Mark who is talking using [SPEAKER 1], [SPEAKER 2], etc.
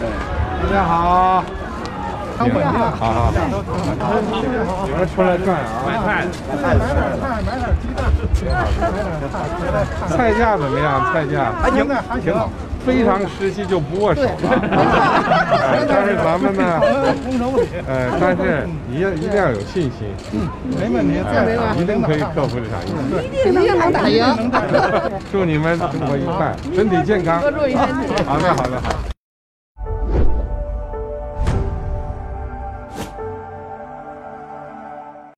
[SPEAKER 1] 大家好，
[SPEAKER 2] 好
[SPEAKER 1] 好好，有人出来转啊！买菜，买点菜，买点鸡蛋，菜价怎么样？菜价还行，还行，非常时期就不握手了。哎但是咱们 呢，呃，但是一一定要有信心，
[SPEAKER 2] 没问题，
[SPEAKER 1] 哎
[SPEAKER 2] 没问
[SPEAKER 1] 一
[SPEAKER 2] 题，
[SPEAKER 1] 定可以克服这场疫情。
[SPEAKER 3] 肯定能打赢。
[SPEAKER 1] 嗯祝你们生活愉快，身体健康。好的，好的，好的。